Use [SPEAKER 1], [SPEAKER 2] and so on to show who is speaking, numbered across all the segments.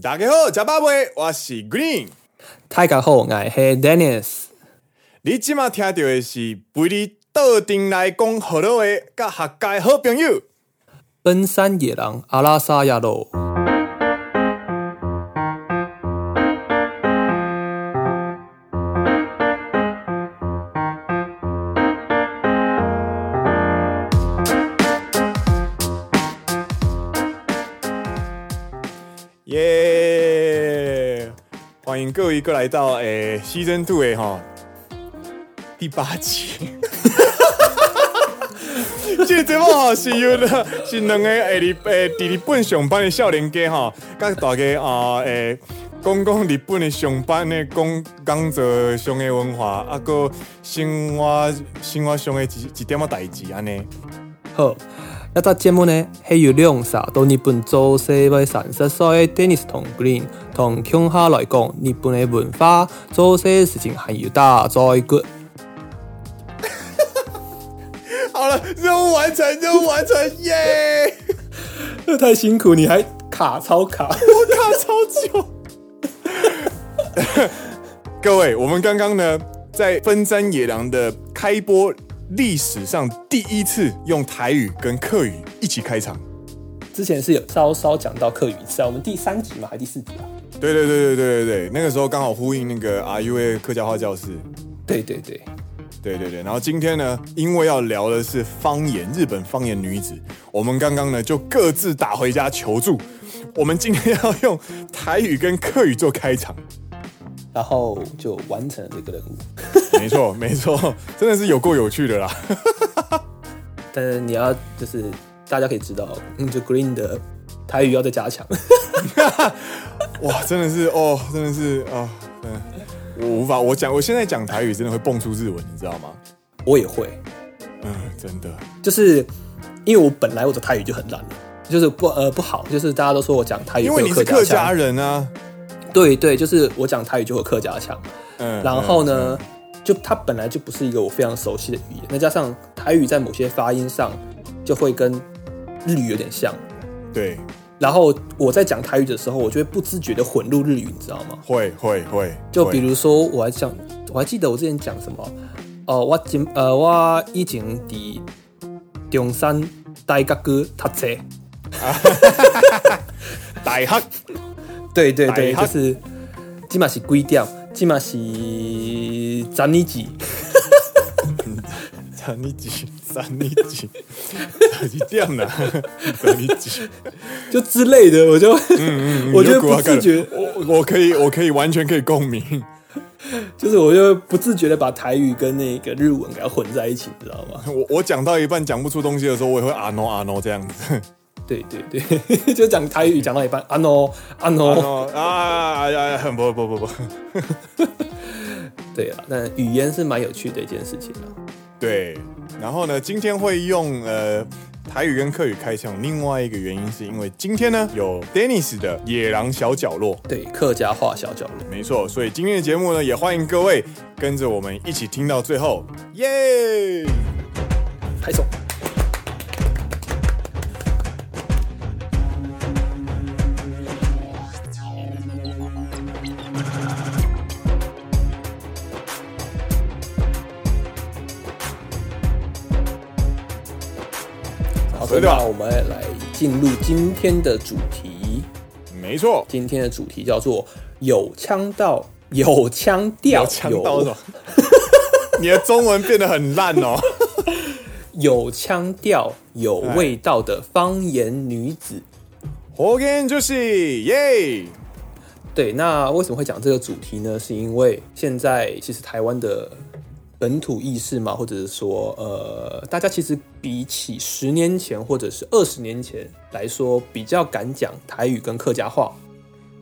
[SPEAKER 1] 大家好，食饱未？我是 Green。
[SPEAKER 2] 大家好，我是哎 Dennis。
[SPEAKER 1] 你即马听到的是陪你桌顶来讲好多话，甲学界好朋友。
[SPEAKER 2] 奔山野狼阿拉萨亚路，
[SPEAKER 1] 耶、欢迎各位过来到诶、西 s e a 的吼第八集。 这个节目吼是由了是两个诶日诶伫日本上班的少年家吼，甲大家啊诶讲讲日本的上班的讲工作上的文化，啊个生活生活上的一一点仔代志安尼。
[SPEAKER 2] 好，那这节目呢，还有两首到日本做西为sản xuất，所以 Dennis 同 Green 同琼下来讲，日本的文化做些事情还有大在骨。
[SPEAKER 1] 好了，任务完成，任务完成，耶、
[SPEAKER 2] 太辛苦，你还卡超卡。
[SPEAKER 1] 卡超久。 各位，我们刚刚呢，在分山野狼的开播历史上第一次用台语跟客语一起开场。
[SPEAKER 2] 之前是有稍稍讲到客语，在我们第三集嘛，还是第四集啊？
[SPEAKER 1] 对对对对对对对，那个时候刚好呼应那个 RUA 客家话教室。
[SPEAKER 2] 对对对，
[SPEAKER 1] 对对对，然后今天呢，啊因为要聊的是方言，日本方言女子，我们刚刚呢就各自打回家求助。我们今天要用台语跟客语做开场。
[SPEAKER 2] 然后就完成了这个任务。
[SPEAKER 1] 没错，没错，真的是有够有趣的啦。
[SPEAKER 2] 但是你要就是大家可以知道，嗯，就 Green 的台语要再加强。
[SPEAKER 1] 哇，真的是哦，真的是啊、真的我无法，我讲，我现在讲台语真的会蹦出日文，你知道吗？
[SPEAKER 2] 我也会，
[SPEAKER 1] 嗯，真的。
[SPEAKER 2] 就是因为我本来我的台语就很烂了，就是不呃不好，就是大家都说我讲台语
[SPEAKER 1] 因
[SPEAKER 2] 会
[SPEAKER 1] 为
[SPEAKER 2] 有
[SPEAKER 1] 你是客
[SPEAKER 2] 客
[SPEAKER 1] 家
[SPEAKER 2] 腔，
[SPEAKER 1] 人啊，
[SPEAKER 2] 对对，就是我讲台语就会有客家腔。
[SPEAKER 1] 嗯，
[SPEAKER 2] 然后呢，就它本来就不是一个我非常熟悉的语言，再加上台语在某些发音上就会跟日语有点像。
[SPEAKER 1] 嗯，对，
[SPEAKER 2] 然后我在讲台语的时候，我就会不自觉的混入日语，你知道吗？
[SPEAKER 1] 会会会，
[SPEAKER 2] 就
[SPEAKER 1] 会
[SPEAKER 2] 比如说，我还讲，我还记得我之前讲什么，哦、我今呃，我以前伫中山大甲哥读册，
[SPEAKER 1] 大黑，
[SPEAKER 2] 对对对，
[SPEAKER 1] 大
[SPEAKER 2] 就
[SPEAKER 1] 学
[SPEAKER 2] 是即嘛是几点，即嘛是十二级，
[SPEAKER 1] 三你几，三你几，你点啦，三你几，
[SPEAKER 2] 就之类的，我就、 我就不自觉，
[SPEAKER 1] 我我可以，我可以完全可以共鸣。
[SPEAKER 2] 就是我就不自觉的把台语跟那个日文给它混在一起，你知道吗？
[SPEAKER 1] 我我讲到一半讲不出东西的时候，我也会啊 no 啊 no 这样子。
[SPEAKER 2] 对对对， 就讲台语讲到一半，啊 no 啊 no，
[SPEAKER 1] 哦啊啊啊啊！不不不不，
[SPEAKER 2] 对啊，那语言是蛮有趣的一件事情啊。
[SPEAKER 1] 对。然后呢，今天会用呃台语跟客语开腔，另外一个原因是因为今天呢有 Dennis 的野狼小角落，
[SPEAKER 2] 对，客家话小角落。
[SPEAKER 1] 没错。所以今天的节目呢，也欢迎各位跟着我们一起听到最后，耶、
[SPEAKER 2] 拍手。好
[SPEAKER 1] 所以
[SPEAKER 2] 的，
[SPEAKER 1] 对吧
[SPEAKER 2] 那我们来进入今天的主题。
[SPEAKER 1] 没错。
[SPEAKER 2] 今天的主题叫做“有腔调，有腔调，
[SPEAKER 1] 有呛到什么？ 你的中文变得很烂哦。
[SPEAKER 2] 有腔调、有味道的方言女子”。
[SPEAKER 1] 我跟就是耶，
[SPEAKER 2] 对，那为什么会讲这个主题呢？是因为现在其实台湾的本土意识嘛，或者是说，呃，大家其实比起十年前或者是二十年前来说，比较敢讲台语跟客家话。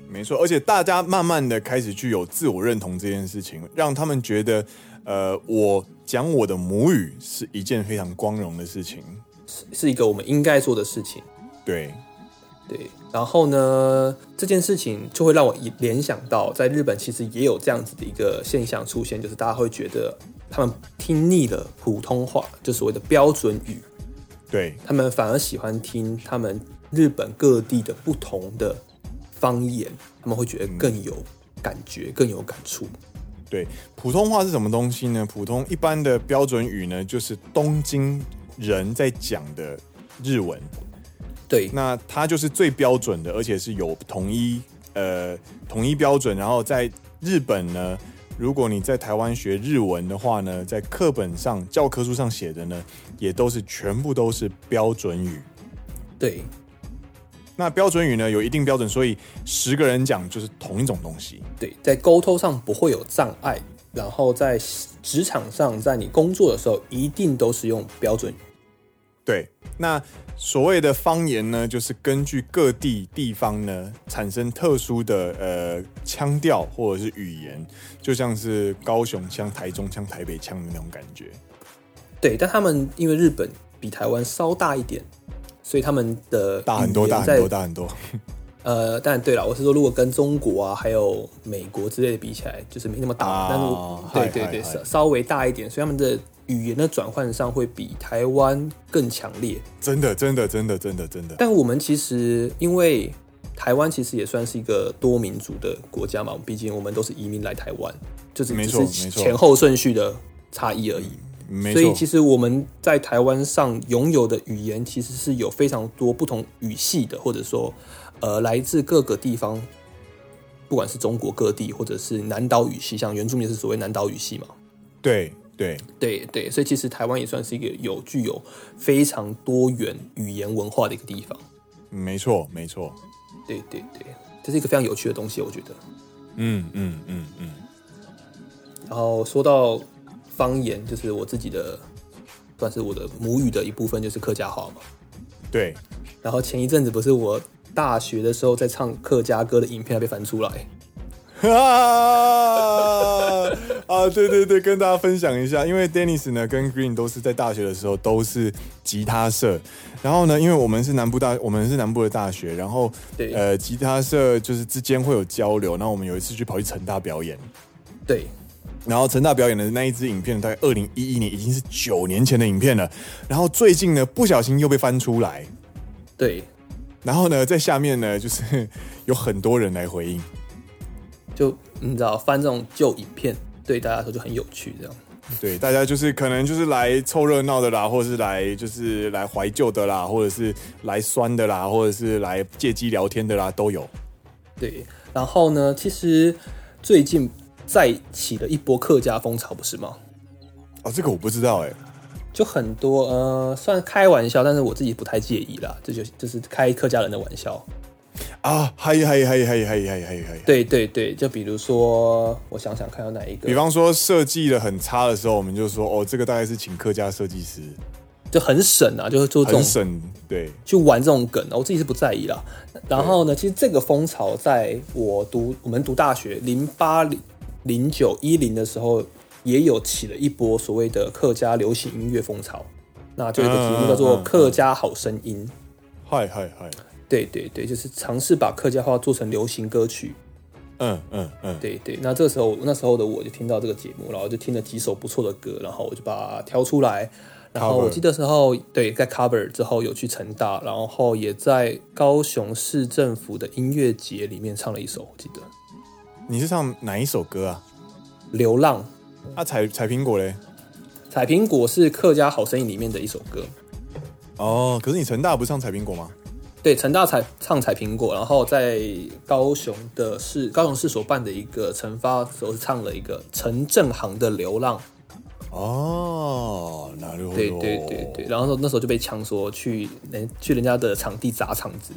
[SPEAKER 1] 没错，而且大家慢慢的开始具有自我认同这件事情，让他们觉得，呃，我讲我的母语是一件非常光荣的事情。
[SPEAKER 2] 是一个我们应该做的事情。
[SPEAKER 1] 对，
[SPEAKER 2] 对，然后呢，这件事情就会让我一联想到，在日本其实也有这样子的一个现象出现，就是大家会觉得他们听腻了普通话，就所谓的标准语，
[SPEAKER 1] 对，
[SPEAKER 2] 他们反而喜欢听他们日本各地的不同的方言，他们会觉得更有感觉，更有感触。
[SPEAKER 1] 对，普通话是什么东西呢？普通一般的标准语呢，就是东京人在讲的日文，
[SPEAKER 2] 对，
[SPEAKER 1] 那它就是最标准的，而且是有统一呃统一标准。然后在日本呢，如果你在台湾学日文的话呢，在课本上教科书上写的呢，也都是全部都是标准语。
[SPEAKER 2] 对，
[SPEAKER 1] 那标准语呢有一定标准，所以十个人讲就是同一种东西。
[SPEAKER 2] 对，在沟通上不会有障碍，然后在职场上，在你工作的时候，一定都是用标准语。
[SPEAKER 1] 对，那所谓的方言呢，就是根据各地地方呢产生特殊的呃腔调或者是语言，就像是高雄腔、台中腔、台北腔的那种感觉。
[SPEAKER 2] 对，但他们因为日本比台湾稍大一点，所以他们的
[SPEAKER 1] 大很多，
[SPEAKER 2] 语言
[SPEAKER 1] 大
[SPEAKER 2] 在
[SPEAKER 1] 很多，大很多。
[SPEAKER 2] 呃，但对了，我是说，如果跟中国啊，还有美国之类的比起来，就是没那么大。
[SPEAKER 1] 啊
[SPEAKER 2] 但是我，
[SPEAKER 1] 嗨
[SPEAKER 2] 对对对，
[SPEAKER 1] 嗨
[SPEAKER 2] 稍
[SPEAKER 1] 嗨
[SPEAKER 2] 稍微大一点，所以他们的语言的转换上会比台湾更强烈。
[SPEAKER 1] 真的，真的，真的，真的，真的。
[SPEAKER 2] 但我们其实因为台湾其实也算是一个多民族的国家嘛，毕竟我们都是移民来台湾，就是
[SPEAKER 1] 没
[SPEAKER 2] 只
[SPEAKER 1] 错
[SPEAKER 2] 是
[SPEAKER 1] 没
[SPEAKER 2] 前
[SPEAKER 1] 错
[SPEAKER 2] 前后顺序的差异而已。
[SPEAKER 1] 没
[SPEAKER 2] 所以其
[SPEAKER 1] 错，
[SPEAKER 2] 实我们在台湾上拥有的语言，其实是有非常多不同语系的，或者说，呃，来自各个地方，不管是中国各地，或者是南岛语系，像原住民是所谓南岛语系嘛。
[SPEAKER 1] 对对，
[SPEAKER 2] 对对，所以其实台湾也算是一个有具有非常多元语言文化的一个地方。
[SPEAKER 1] 没错，没错。
[SPEAKER 2] 对对对，这是一个非常有趣的东西，我觉得。
[SPEAKER 1] 嗯嗯嗯嗯，
[SPEAKER 2] 然后说到方言，就是我自己的，算是我的母语的一部分，就是客家话嘛。
[SPEAKER 1] 对。
[SPEAKER 2] 然后前一阵子不是我大学的时候在唱客家歌的影片还被翻出来，
[SPEAKER 1] 啊啊，对对对，跟大家分享一下，因为 Dennis 呢跟 Green 都是在大学的时候都是吉他社，然后呢，因为我们是南部大，我们是南部的大学，然后
[SPEAKER 2] 对
[SPEAKER 1] 呃，吉他社就是之间会有交流，那我们有一次去跑去成大表演，
[SPEAKER 2] 对
[SPEAKER 1] 然后成大表演的那一支影片，大概二零一一年已经是九年前的影片了，然后最近呢不小心又被翻出来，
[SPEAKER 2] 对，
[SPEAKER 1] 然后呢在下面呢就是 有很多人来回应。
[SPEAKER 2] 就你知道翻这种旧影片对大家来说就很有趣，这样
[SPEAKER 1] 对，大家就是可能就是来凑热闹的啦，或者是来就是来怀旧的啦，或者是来酸的啦，或者是来借机聊天的啦，都有。
[SPEAKER 2] 对。然后呢，其实最近再起了一波客家风潮，不是吗？
[SPEAKER 1] 哦，这个我不知道哎、
[SPEAKER 2] 就很多呃，算开玩笑，但是我自己不太介意啦，这就就是开客家人的玩笑。
[SPEAKER 1] 啊，嗨嗨嗨嗨嗨嗨嗨嗨！
[SPEAKER 2] 对对对，就比如说，我想想看有哪一
[SPEAKER 1] 比
[SPEAKER 2] 个，
[SPEAKER 1] 方说设计的很差的时候，我们就说哦，这个大概是请客家设计师，
[SPEAKER 2] 就很省啊，就是做这种
[SPEAKER 1] 很省。对，
[SPEAKER 2] 去玩这种梗，我自己是不在意啦。然后呢，其实这个风潮在我读我们读大学零八零零九一零的时候，也有起了一波所谓的客家流行音乐风潮。那就有一个题目叫做
[SPEAKER 1] 嗯嗯嗯
[SPEAKER 2] 《客家好声音》，
[SPEAKER 1] 嗨嗨嗨，
[SPEAKER 2] 对对对，就是尝试把客家话做成流行歌曲。
[SPEAKER 1] 嗯嗯嗯，
[SPEAKER 2] 对对，那这个时候那时候的我就听到这个节目，然后就听了几首不错的歌，然后我就把它挑出来。然后
[SPEAKER 1] Cover
[SPEAKER 2] 我记得时候对，在 cover 之后有去成大，然后也在高雄市政府的音乐节里面唱了一首，我记得《
[SPEAKER 1] 你是唱哪一首歌啊？
[SPEAKER 2] 流浪
[SPEAKER 1] 啊，采采苹果嘞？》。
[SPEAKER 2] 采苹果是客家好声音里面的一首歌，
[SPEAKER 1] 哦，可是你成大不是唱采苹果吗？
[SPEAKER 2] 对，成大采唱采苹果，然后在高雄的市高雄市所办的一个惩发的时候是唱了一个陈正航的《流浪》，
[SPEAKER 1] 哦，なるほど。
[SPEAKER 2] 对对对对，然后那时候就被呛说去人去人家的场地砸场子。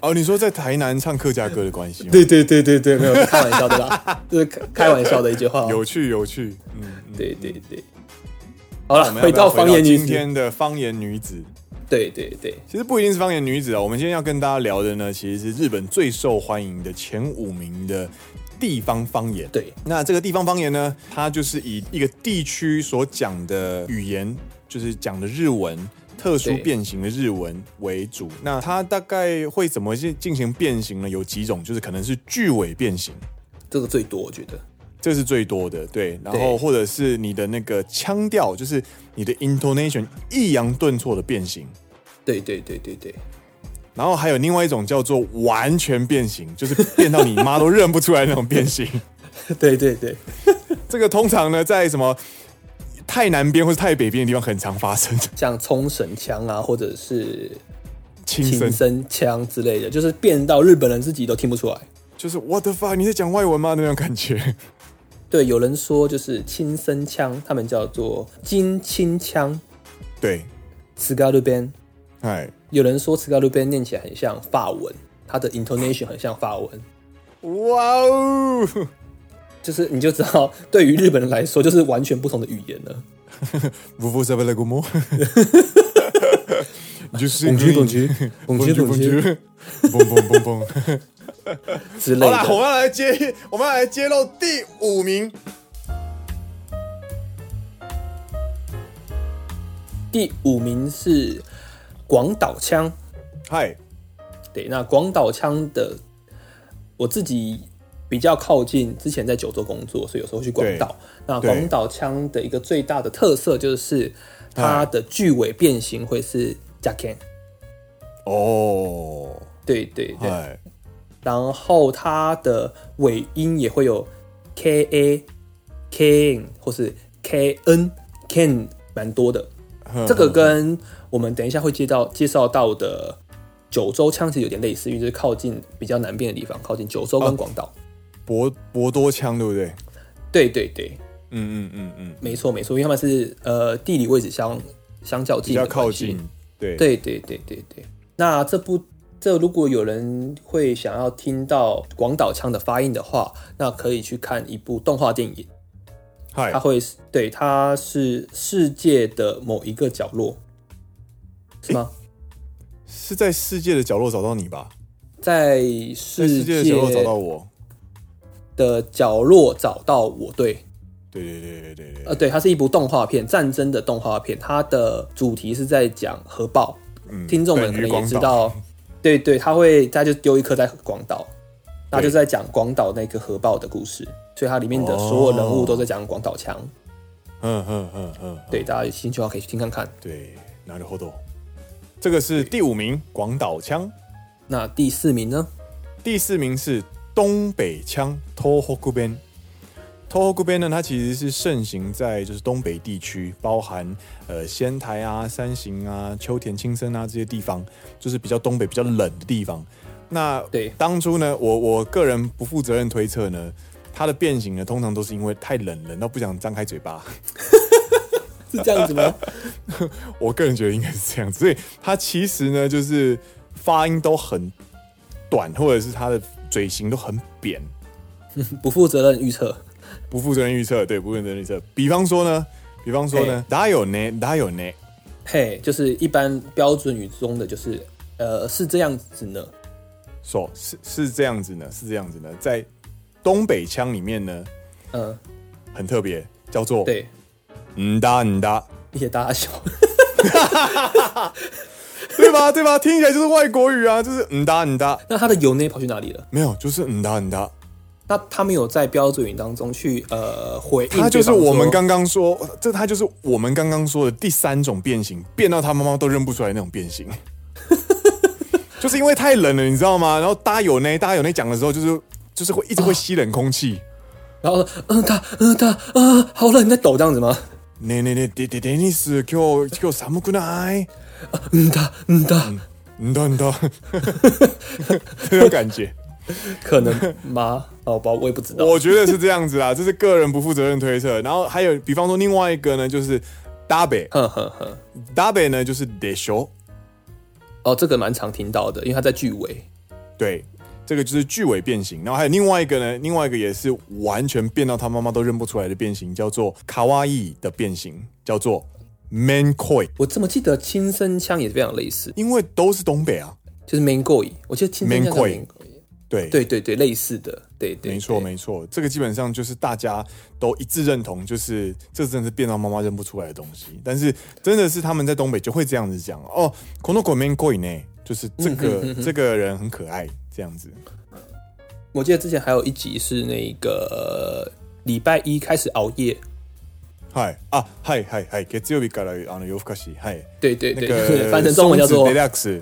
[SPEAKER 1] 哦，你说在台南唱客家歌的关系吗？
[SPEAKER 2] 对对对对，没有开玩笑的 啦，就是开开玩笑的一句话。
[SPEAKER 1] 有趣有趣，嗯，嗯
[SPEAKER 2] 对对对。好了，
[SPEAKER 1] 我们要
[SPEAKER 2] 啊回
[SPEAKER 1] 不要
[SPEAKER 2] 到方言女
[SPEAKER 1] 今
[SPEAKER 2] 子，
[SPEAKER 1] 天的方言女子，
[SPEAKER 2] 对对对
[SPEAKER 1] 其实不一定是方言女子啊。我们今天要跟大家聊的呢，其实是日本最受欢迎的前五名的地方方言。
[SPEAKER 2] 对
[SPEAKER 1] 那这个地方方言呢，它就是以一个地区所讲的语言，就是讲的日文。特殊
[SPEAKER 2] 对
[SPEAKER 1] 变形的日文为主，那它大概会怎么进进行变形呢？有几种，就是可能是句尾变形，
[SPEAKER 2] 这个最多，我觉得。
[SPEAKER 1] 这是最多的，对。然后或者是你的那个腔调，就是你的 intonation 抑扬顿挫的变形。
[SPEAKER 2] 对对对对对，
[SPEAKER 1] 然后还有另外一种叫做完全变形，就是变到你妈都认不出来那种变 形。
[SPEAKER 2] 对对对，
[SPEAKER 1] 这个通常呢，在什么太南边或是太北边的地方很常发生。
[SPEAKER 2] 像冲绳腔啊，或者是
[SPEAKER 1] 轻
[SPEAKER 2] 青
[SPEAKER 1] 声
[SPEAKER 2] 森腔之类的，就是变到日本人自己都听不出来。
[SPEAKER 1] 就是 What the fuck？你在讲外文吗？那种感 觉。
[SPEAKER 2] 对，有人说就是青森腔，他们叫做金青腔
[SPEAKER 1] 对，
[SPEAKER 2] s c a r u b a n
[SPEAKER 1] 哎，
[SPEAKER 2] 有人说 s c a r u b a n 念起来很像法文，它的 intonation 很像法文，
[SPEAKER 1] 哇哦！
[SPEAKER 2] 就是你就知道，对于日本人来说，就是完全不同的语言了。
[SPEAKER 1] Vous vous avez le goût moi？就是
[SPEAKER 2] 懂区懂区懂 区懂区
[SPEAKER 1] 嘣嘣嘣嘣！
[SPEAKER 2] 之类
[SPEAKER 1] 好啦，我
[SPEAKER 2] 的。
[SPEAKER 1] 们要来揭，我们要来揭露第五名。
[SPEAKER 2] 第五名是广岛腔，
[SPEAKER 1] 嗨，
[SPEAKER 2] 对，那广岛腔的我自己比较靠近，之前在九州工作，所以有时候去广岛。那
[SPEAKER 1] 对
[SPEAKER 2] 广岛腔的一个最大的特色就是
[SPEAKER 1] 啊
[SPEAKER 2] 它的句尾变形会是 j a c a n
[SPEAKER 1] 哦，
[SPEAKER 2] 对对对，
[SPEAKER 1] 嗨，
[SPEAKER 2] 然后它的尾音也会有 k a can 或是 k n can 蛮多的。
[SPEAKER 1] 嗯
[SPEAKER 2] 这个跟我们等一下会介绍介绍到的九州腔其实有点类似，因为就是靠近比较南边的地方，靠近九州跟广岛。
[SPEAKER 1] 哦博博多腔对不对？
[SPEAKER 2] 对对对，
[SPEAKER 1] 嗯嗯嗯嗯，
[SPEAKER 2] 没错没错，因为他们是呃地理位置相相较
[SPEAKER 1] 比
[SPEAKER 2] 近，
[SPEAKER 1] 较靠。近。对，
[SPEAKER 2] 对对对对对。那这部这如果有人会想要听到广岛腔的发音的话，那可以去看一部动画电影，
[SPEAKER 1] 嗨
[SPEAKER 2] 它，会是对它是世界的某一个角落，是 吗？
[SPEAKER 1] 是在世界的角落找到你吧？
[SPEAKER 2] 在
[SPEAKER 1] 在世
[SPEAKER 2] 世
[SPEAKER 1] 界
[SPEAKER 2] 界
[SPEAKER 1] 的角落找到我。
[SPEAKER 2] 的角落找到我。对，
[SPEAKER 1] 对对对对对对，
[SPEAKER 2] 呃，对，它是一部动画片，战争的动画片，它的主题是在讲核爆。
[SPEAKER 1] 嗯
[SPEAKER 2] 听众
[SPEAKER 1] 对
[SPEAKER 2] 们可
[SPEAKER 1] 渔
[SPEAKER 2] 能也
[SPEAKER 1] 光
[SPEAKER 2] 知
[SPEAKER 1] 岛
[SPEAKER 2] 道，对对，他会他就丢一颗在广 岛，那就在讲广岛那个核爆的故事，所以它里面的所有人物都在讲广岛腔。
[SPEAKER 1] 嗯嗯嗯嗯，
[SPEAKER 2] 对，大家有兴趣的话可以去听看看。
[SPEAKER 1] 对，拿着后头。这个是第五名广岛腔，
[SPEAKER 2] 那第四名呢？
[SPEAKER 1] 第四名是东北腔 Tohoku Ben。Tohoku Ben 呢，它其实是盛行在就是东北地区，包含呃仙台啊、山形啊、秋田、青森啊这些地方，就是比较东北、比较冷的地方。那
[SPEAKER 2] 对
[SPEAKER 1] 当初呢，我我个人不负责任推测呢，它的变形呢，通常都是因为太冷，冷到不想张开嘴巴。
[SPEAKER 2] 是这样子吗？
[SPEAKER 1] 我个人觉得应该是这样子，所以它其实呢，就是发音都很短，或者是它的嘴型都很扁，
[SPEAKER 2] 不负责任预测。
[SPEAKER 1] 不负责任预测，对，不负责任预测。比方说呢，比方说
[SPEAKER 2] 哎
[SPEAKER 1] 呢，打有呢，打有呢，
[SPEAKER 2] 嘿，就是一般标准语中的，就是呃是这样子呢。
[SPEAKER 1] 说是是这样子呢，是这样子呢，在东北腔里面呢，
[SPEAKER 2] 嗯、
[SPEAKER 1] 很特别，叫做
[SPEAKER 2] 对，
[SPEAKER 1] 嗯哒嗯哒，
[SPEAKER 2] 一些大家笑。
[SPEAKER 1] 对吧？对吧？听起来就是外国语啊，就是嗯哒嗯哒，
[SPEAKER 2] 那他的由内跑去哪里了？
[SPEAKER 1] 没有，就是嗯哒嗯哒。
[SPEAKER 2] 那他没有在标准语当中去呃回应对
[SPEAKER 1] 它
[SPEAKER 2] 方说。
[SPEAKER 1] 就是我们刚刚说，这它就是我们刚刚说的第三种变形，变到他妈妈都认不出来那种变 形。就是因为太冷了，你知道吗？然后搭友呢，搭友呢讲的时候，就是就是会一直会吸冷空气。
[SPEAKER 2] 然后说，嗯，他，嗯，他，啊，好冷，你在抖这样子吗？
[SPEAKER 1] ねねね、ででデニス、今日今日寒くない？
[SPEAKER 2] 嗯，他，嗯，他，
[SPEAKER 1] 嗯だ嗯 だ，这种感觉，
[SPEAKER 2] 可能吗？哦，不，我也不知道。
[SPEAKER 1] 我觉得是这样子啦，这是个人不负责任推测。然后还有，比方说另外一个呢，就是搭北，
[SPEAKER 2] 哼哼哼，
[SPEAKER 1] 搭北呢就是でしょ。
[SPEAKER 2] 哦，这个蛮常听到的，因为它在句尾。
[SPEAKER 1] 对，这个就是句尾变形。然后还有另外一个呢，另外一个也是完全变到他妈妈都认不出来的变形，叫做卡哇伊的变形，叫做 man koi，
[SPEAKER 2] 我怎么记得轻声腔也非常类似，
[SPEAKER 1] 因为都是东北啊。
[SPEAKER 2] 就是 mangoi，我记得轻声腔
[SPEAKER 1] Mangoi
[SPEAKER 2] 叫 mangoi
[SPEAKER 1] 对，
[SPEAKER 2] 对对对，类似的，对对，
[SPEAKER 1] 没错
[SPEAKER 2] 对
[SPEAKER 1] 没错，这个基本上就是大家都一致认同，就是这真的是变到妈妈认不出来的东西。但是真的是他们在东北就会这样子讲哦，konoko man koi 呢，就是这
[SPEAKER 2] 嗯
[SPEAKER 1] 个、这个人很可爱这样子。
[SPEAKER 2] 我记得之前还有一集是那个呃礼拜一开始熬夜，
[SPEAKER 1] 嗨啊嗨嗨嗨，月曜日からあの夜更かし、嗨。
[SPEAKER 2] 对对
[SPEAKER 1] 那
[SPEAKER 2] 对，
[SPEAKER 1] 个
[SPEAKER 2] 翻成中文叫做
[SPEAKER 1] 松子 deluxe，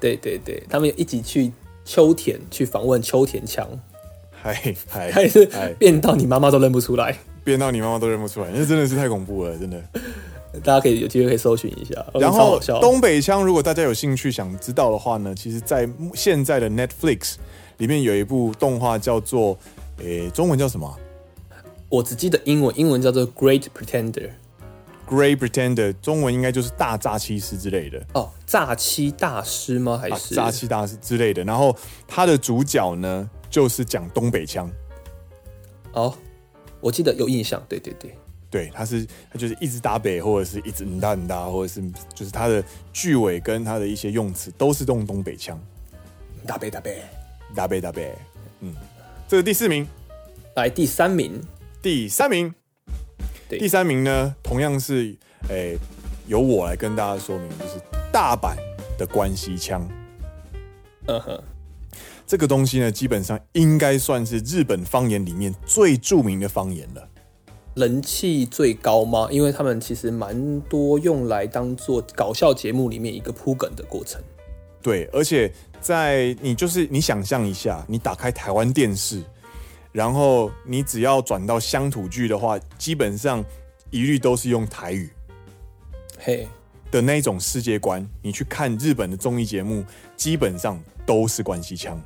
[SPEAKER 2] 对对对，他们有一起去秋田去访问秋田腔，
[SPEAKER 1] 嗨嗨
[SPEAKER 2] 还是
[SPEAKER 1] 嗨，
[SPEAKER 2] 变到你妈妈都认不出来。
[SPEAKER 1] 编到你妈妈都认不出来，那真的是太恐怖了，真的。
[SPEAKER 2] 大家可以有机会可以搜寻一下，
[SPEAKER 1] 然
[SPEAKER 2] 超
[SPEAKER 1] 后
[SPEAKER 2] 好笑
[SPEAKER 1] 东北腔，如果大家有兴趣想知道的话呢，其实，在现在的 Netflix 里面有一部动画叫做，诶，中文叫什么啊
[SPEAKER 2] 我只记得英文，英文叫做《Great Pretender》
[SPEAKER 1] 《Great Pretender》，中文应该就是《大诈欺师》之类的。
[SPEAKER 2] 哦，诈欺大师吗？还
[SPEAKER 1] 啊，
[SPEAKER 2] 是、
[SPEAKER 1] 扎西大师之类的。然后他的主角呢，就是讲东北腔，
[SPEAKER 2] 哦，我记得有印象，对对对，
[SPEAKER 1] 对，他是他就是一直打北，或者是一直嗯哒嗯哒，或者是就是他的句尾跟他的一些用词都是用东北腔，
[SPEAKER 2] 大贝大贝。
[SPEAKER 1] 打北打北，嗯，这是第四名，
[SPEAKER 2] 来第三名，
[SPEAKER 1] 第三名，
[SPEAKER 2] 对
[SPEAKER 1] 第三名呢，同样是诶、由我来跟大家说明，就是大阪的关西腔。
[SPEAKER 2] 嗯哼，
[SPEAKER 1] 这个东西呢，基本上应该算是日本方言里面最著名的方言了。
[SPEAKER 2] 人气最高吗？因为他们其实蛮多用来当做搞笑节目里面一个铺梗的过程。
[SPEAKER 1] 对，而且在你就是你想象一下，你打开台湾电视，然后你只要转到乡土剧的话，基本上一律都是用台语
[SPEAKER 2] 嘿，
[SPEAKER 1] 的那一种世界观。你去看日本的综艺节目，基本上都是关西腔，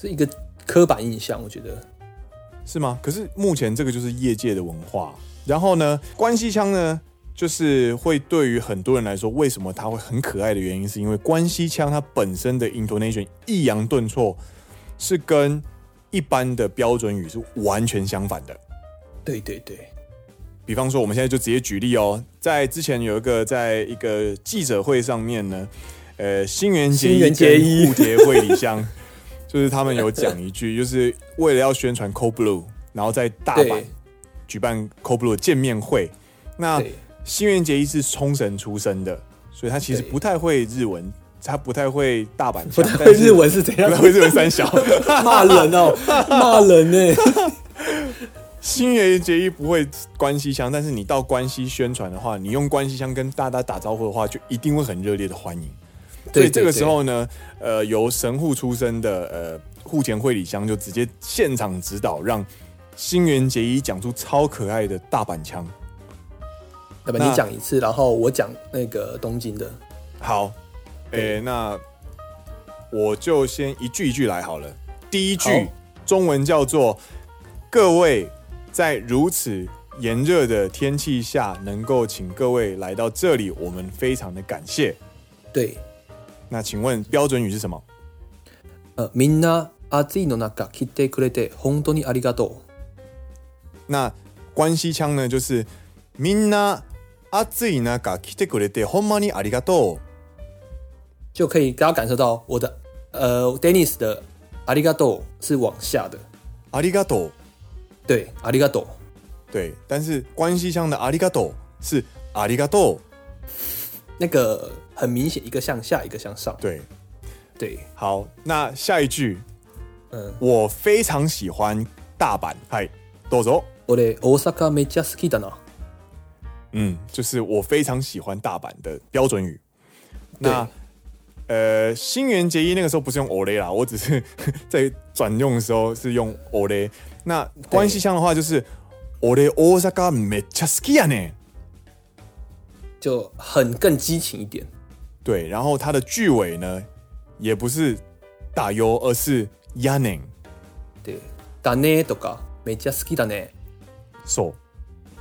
[SPEAKER 2] 是一个刻板印象，我觉得。
[SPEAKER 1] 是吗？可是目前这个就是业界的文化。然后呢，关西腔呢？就是会对于很多人来说，为什么它会很可爱的原因，是因为关西腔它本身的 intonation 抑扬顿挫是跟一般的标准语是完全相反的。
[SPEAKER 2] 对对对，
[SPEAKER 1] 比方说，我们现在就直接举例哦，在之前有一个在一个记者会上面呢，呃，新垣结
[SPEAKER 2] 新垣
[SPEAKER 1] 衣
[SPEAKER 2] 结衣
[SPEAKER 1] 跟户田惠梨香， 就是他们有讲一句，就是为了要宣传 Cold Blue，然后在大阪
[SPEAKER 2] 对
[SPEAKER 1] 举办 Cold Blue 见面会。那
[SPEAKER 2] 对
[SPEAKER 1] 新垣结衣是冲绳出生的，所以他其实
[SPEAKER 2] 对
[SPEAKER 1] 不太会日文，他不太会大阪
[SPEAKER 2] 不
[SPEAKER 1] 腔，
[SPEAKER 2] 太
[SPEAKER 1] 但
[SPEAKER 2] 会
[SPEAKER 1] 是
[SPEAKER 2] 日文是怎样
[SPEAKER 1] 不太会日文三小。
[SPEAKER 2] 骂人哦，骂人欸 呢、
[SPEAKER 1] 新垣结衣不会关西腔，但是你到关西宣传的话，你用关西腔跟大家打招呼的话，就一定会很热烈的欢迎。所以
[SPEAKER 2] 对
[SPEAKER 1] 这个
[SPEAKER 2] 对
[SPEAKER 1] 时候呢，呃，由神户出身的呃户前惠里香就直接现场指导，让新垣结衣讲出超可爱的大阪腔。
[SPEAKER 2] 那么
[SPEAKER 1] 那
[SPEAKER 2] 你讲一次，然后我讲那个东京的。
[SPEAKER 1] 好，诶、那我就先一句一句来好了。第一句
[SPEAKER 2] 好
[SPEAKER 1] 中文叫做“各位在如此炎热的天气下，能够请各位来到这里，我们非常的感谢。
[SPEAKER 2] 对，”
[SPEAKER 1] 那请问标准语是什么？
[SPEAKER 2] 呃，みんな暑いの中来てくれて本当にありがと
[SPEAKER 1] 那关西腔呢，就是“みんな暑い中来てくれてほんまにありがとう
[SPEAKER 2] う，就可以大家感受到我的呃 Dennis 的ありがとう是往下的，”，
[SPEAKER 1] ありがとう。
[SPEAKER 2] 对，ありがとう。
[SPEAKER 1] 对，但是关西腔的“ありがとう”是“ありがとう
[SPEAKER 2] 那个很明显，一个向下，一个向上”。。
[SPEAKER 1] 对，
[SPEAKER 2] 对，
[SPEAKER 1] 好，那下一句
[SPEAKER 2] 嗯，
[SPEAKER 1] 我非常喜欢大阪，嗨，豆走，
[SPEAKER 2] 我的大阪めっちゃ好きだな。
[SPEAKER 1] 嗯，就是我非常喜欢大阪的标准语。那呃，新垣结衣那个时候不是用 ole 啦，我只是在转用的时候是用 ole。那关系腔的话就是 ole Osaka m e c h a s k i 呢？
[SPEAKER 2] 就很更激情一点。
[SPEAKER 1] 对，然后它的句尾呢也不是打油，而是 yanin
[SPEAKER 2] 对，だねとかめっちゃ好きだね。
[SPEAKER 1] 手。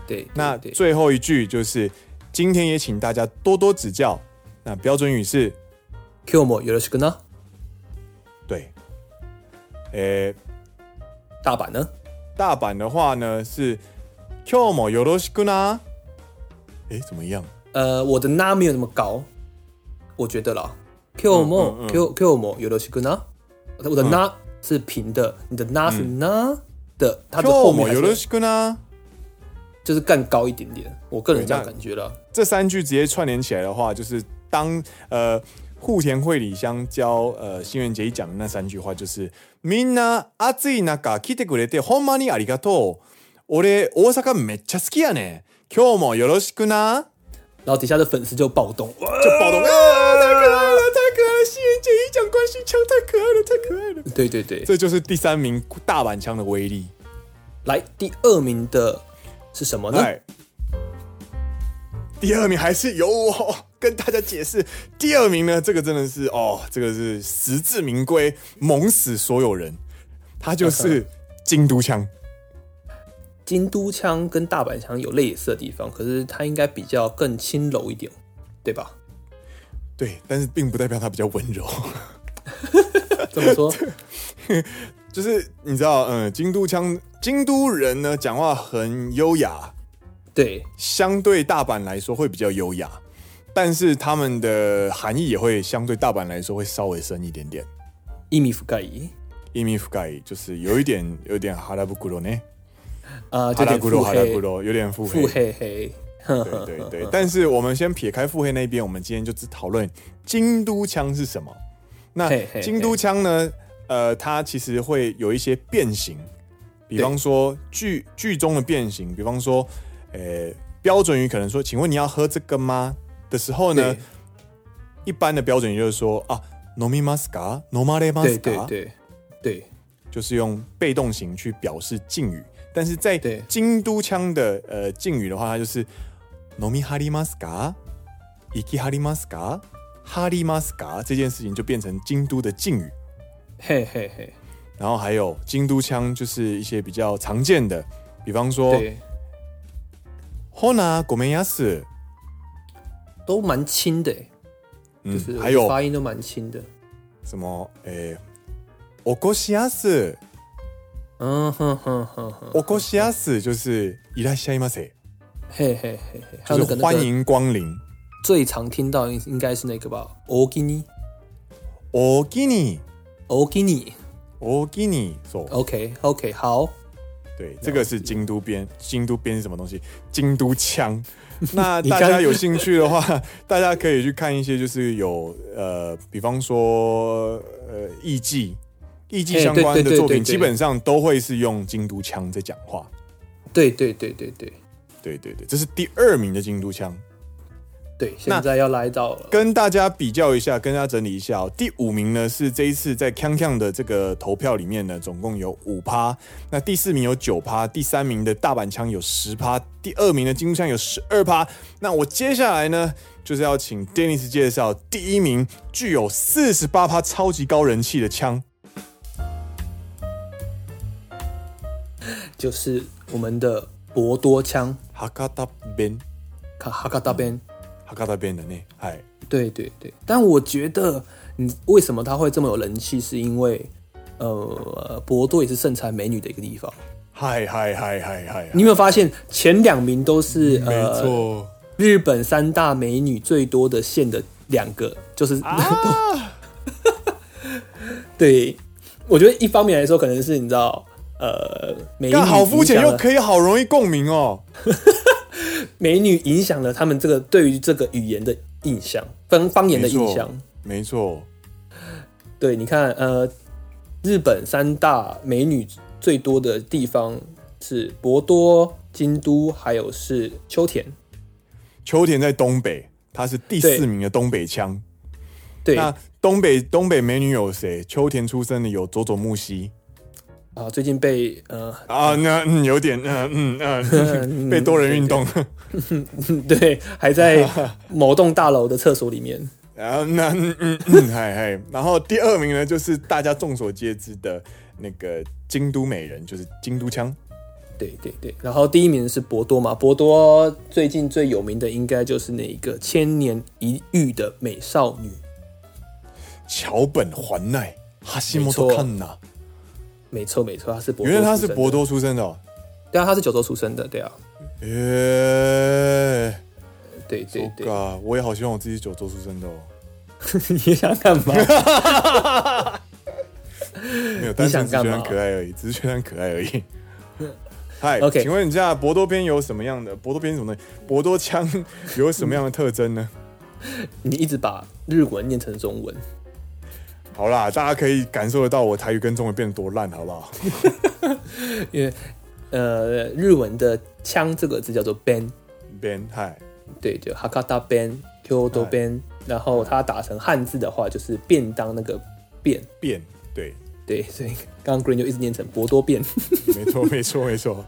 [SPEAKER 2] 对，
[SPEAKER 1] 那
[SPEAKER 2] 对
[SPEAKER 1] 最后一句就是今天也请大家多多指教。那标准语是
[SPEAKER 2] 今日もよろしくな。
[SPEAKER 1] 对，诶，
[SPEAKER 2] 大阪呢？
[SPEAKER 1] 大阪的话呢是今日もよろしくな。诶，怎么样？
[SPEAKER 2] 呃，我的那没有那么高，我觉得啦。Q
[SPEAKER 1] 嗯嗯
[SPEAKER 2] も Q Q もよろしくな。我的那是平的，你的那是那的，它的
[SPEAKER 1] 今
[SPEAKER 2] 后
[SPEAKER 1] 日
[SPEAKER 2] 面
[SPEAKER 1] も
[SPEAKER 2] 还
[SPEAKER 1] よろ
[SPEAKER 2] 是
[SPEAKER 1] しくな。
[SPEAKER 2] 就是更高一点点。我个人这样
[SPEAKER 1] 对那
[SPEAKER 2] 感觉啦。
[SPEAKER 1] 这三句直接串联起来的话，就是当呃户田惠里香教呃新垣结衣讲的那三句话，就是みんな暑い中来てくれてほんまにありがとう。俺大阪めっちゃ好きやね。今日もよろしくな。
[SPEAKER 2] 然后底下的粉丝就暴动，哇
[SPEAKER 1] 就暴动，啊，太可爱了，太可爱了，新垣西腔太可爱了，太可爱了。
[SPEAKER 2] 对对对，
[SPEAKER 1] 这就是第三名大阪腔的威力。
[SPEAKER 2] 来第二名的是什么呢？
[SPEAKER 1] 哎，第二名还是由我跟大家解释。第二名呢，这个真的是哦，这个是实至名归，猛死所有人。他就是京都腔，
[SPEAKER 2] 京都腔跟大阪腔有类似的地方，可是它应该比较更轻柔一点，对吧？
[SPEAKER 1] 对，但是并不代表他比较温柔。
[SPEAKER 2] 这么说，
[SPEAKER 1] 就是你知道，嗯，京都腔，京都人呢讲话很优雅，
[SPEAKER 2] 对，
[SPEAKER 1] 相对大阪来说会比较优雅，但是他们的含义也会相对大阪来说会稍微深一点点。
[SPEAKER 2] 伊米福盖伊，
[SPEAKER 1] 意味深い，就是有一点有一点哈拉布古罗呢，哈
[SPEAKER 2] 啊，就
[SPEAKER 1] 拉
[SPEAKER 2] 点
[SPEAKER 1] 古
[SPEAKER 2] 腹
[SPEAKER 1] 罗哈拉
[SPEAKER 2] 黑
[SPEAKER 1] 古，罗，有点腹
[SPEAKER 2] 腹
[SPEAKER 1] 黑。
[SPEAKER 2] 黑黑， 呵
[SPEAKER 1] 对
[SPEAKER 2] 呵
[SPEAKER 1] 对
[SPEAKER 2] 呵
[SPEAKER 1] 对， 但是我们先撇开腹黑那边，我们今天就只讨论京都腔是什么。那
[SPEAKER 2] 嘿嘿
[SPEAKER 1] 京都腔呢？呃，它其实会有一些变形，比方说剧剧中的变形，比方说，呃，标准语可能说，请问你要喝这个吗？的时候呢
[SPEAKER 2] 对，
[SPEAKER 1] 一般的标准语就是说啊，飲みますか？飲まれます
[SPEAKER 2] 对
[SPEAKER 1] か？
[SPEAKER 2] 对对对，
[SPEAKER 1] 就是用被动型去表示敬语，但是在
[SPEAKER 2] 对
[SPEAKER 1] 京都腔的呃敬语的话，它就是“飲みはりますか？行きはりますか？はりますか？”这件事情就变成京都的敬语。
[SPEAKER 2] 嘿嘿嘿，
[SPEAKER 1] 然后还有京都腔，就是一些比较常见的，比方说
[SPEAKER 2] 对，
[SPEAKER 1] “ほなごめんやす
[SPEAKER 2] 都蛮轻的欸，”，
[SPEAKER 1] 嗯，
[SPEAKER 2] 就是
[SPEAKER 1] 还有
[SPEAKER 2] 发音都蛮轻的，
[SPEAKER 1] 什么诶，おこしやす，
[SPEAKER 2] 嗯哼哼哼哼，
[SPEAKER 1] おこしやす就是いらっしゃいませ，
[SPEAKER 2] 嘿嘿嘿嘿，还
[SPEAKER 1] 就
[SPEAKER 2] 有那
[SPEAKER 1] 是
[SPEAKER 2] 个
[SPEAKER 1] 欢
[SPEAKER 2] 那个
[SPEAKER 1] 迎光临。
[SPEAKER 2] 最常听到应应该是那个吧，おきに
[SPEAKER 1] おきに、
[SPEAKER 2] おきに
[SPEAKER 1] おきに，そう。
[SPEAKER 2] ，OK OK，好，
[SPEAKER 1] 对，这个是京都编，京都编是什么东西？京都 腔。那
[SPEAKER 2] 你
[SPEAKER 1] 大
[SPEAKER 2] 刚
[SPEAKER 1] 家有兴趣的话， 大家可以去看一些，就是有呃，比方说呃，艺伎，艺伎
[SPEAKER 2] 嘿
[SPEAKER 1] 相
[SPEAKER 2] 对
[SPEAKER 1] 关
[SPEAKER 2] 对
[SPEAKER 1] 的
[SPEAKER 2] 对
[SPEAKER 1] 作
[SPEAKER 2] 对
[SPEAKER 1] 品，基
[SPEAKER 2] 对
[SPEAKER 1] 本上都会是用京都腔在讲话。
[SPEAKER 2] 对对对对对
[SPEAKER 1] 对对对，这是第二名的京都腔。
[SPEAKER 2] 对，
[SPEAKER 1] 那
[SPEAKER 2] 现在要来到了，
[SPEAKER 1] 跟大家比较一下，跟大家整理一下、哦，第五名呢是这一次在康康的这个投票里面呢，总共有五趴，那第四名有九趴，第三名的大阪腔有十趴，第二名的京都腔有十二趴。那我接下来呢，就是要请 Dennis 介绍第一名具有四十八趴超级高人气的腔，
[SPEAKER 2] 就是我们的博多腔，
[SPEAKER 1] 哈卡达边，
[SPEAKER 2] 卡哈卡大边。
[SPEAKER 1] 哈卡达边的呢，哎，
[SPEAKER 2] 对对对，但我觉得你为什么它会这么有人气，是因为呃，博多也是盛产美女的一个地方。
[SPEAKER 1] 嗨嗨嗨嗨嗨，
[SPEAKER 2] 你有没有发现前两名都是
[SPEAKER 1] 嗯没
[SPEAKER 2] 呃
[SPEAKER 1] 错，
[SPEAKER 2] 日本三大美女最多的县的两个，就是、
[SPEAKER 1] 啊
[SPEAKER 2] 对，我觉得一方面来说可能是你知道呃美女
[SPEAKER 1] 干好肤浅
[SPEAKER 2] 影响
[SPEAKER 1] 又
[SPEAKER 2] 了
[SPEAKER 1] 可以好容易共鸣哦。
[SPEAKER 2] 美女影响了他们这个对于这个语言的印象，方方言的
[SPEAKER 1] 没
[SPEAKER 2] 印
[SPEAKER 1] 错
[SPEAKER 2] 象。
[SPEAKER 1] 没错，
[SPEAKER 2] 对，你看，呃，日本三大美女最多的地方是博多、京都，还有是秋田。
[SPEAKER 1] 秋田在东北，他是第四名的东北腔。
[SPEAKER 2] 对
[SPEAKER 1] 那
[SPEAKER 2] 啊、
[SPEAKER 1] 东北东北美女有谁？秋田出生的有佐佐木希
[SPEAKER 2] 啊最近被呃，
[SPEAKER 1] 啊，那嗯有点嗯嗯嗯， 被多人运动
[SPEAKER 2] 对，还在某栋大楼的厕所里面。
[SPEAKER 1] 啊，那嗯嗯嗯，嗨嗨。然后第二名呢，就是大家众所皆知的那个京都美人，就是京都腔。
[SPEAKER 2] 对对对，然后第一名是博多嘛，博多最近最有名的应该就是那一个千年一遇的美少女，
[SPEAKER 1] 桥本环奈，哈西
[SPEAKER 2] 没
[SPEAKER 1] 莫
[SPEAKER 2] 错
[SPEAKER 1] 多看呐，
[SPEAKER 2] 没错没错，她是博多，
[SPEAKER 1] 原来他是博，多出生的哦。
[SPEAKER 2] 对啊，她是九州出生的，对啊，
[SPEAKER 1] 耶，
[SPEAKER 2] 对对对，
[SPEAKER 1] 啊，我也好希望我自己九州出生的哦。
[SPEAKER 2] 你想干嘛？
[SPEAKER 1] 没有，单纯
[SPEAKER 2] 想
[SPEAKER 1] 只是觉得
[SPEAKER 2] 干
[SPEAKER 1] 很
[SPEAKER 2] 嘛
[SPEAKER 1] 可爱而已， 只是觉得很可爱而已。嗨
[SPEAKER 2] OK
[SPEAKER 1] 请问一下，博多边有什么样的博多边是什么东西？博多腔有什么样的特征呢？
[SPEAKER 2] 你一直把日文念成中文。
[SPEAKER 1] 好啦，大家可以感受得到我台语跟中文变得多烂，好不好？
[SPEAKER 2] 因为呃，日文的“枪”这个字叫做 “ban”，
[SPEAKER 1] 边嗨，
[SPEAKER 2] 对，就
[SPEAKER 1] 哎
[SPEAKER 2] Hakata ban、Kyoto ban，然后它打成汉字的话就是便当那个变，
[SPEAKER 1] 变，对，
[SPEAKER 2] 对，所以刚刚 Green 就一直念成博多变。
[SPEAKER 1] 没错，没错，没错。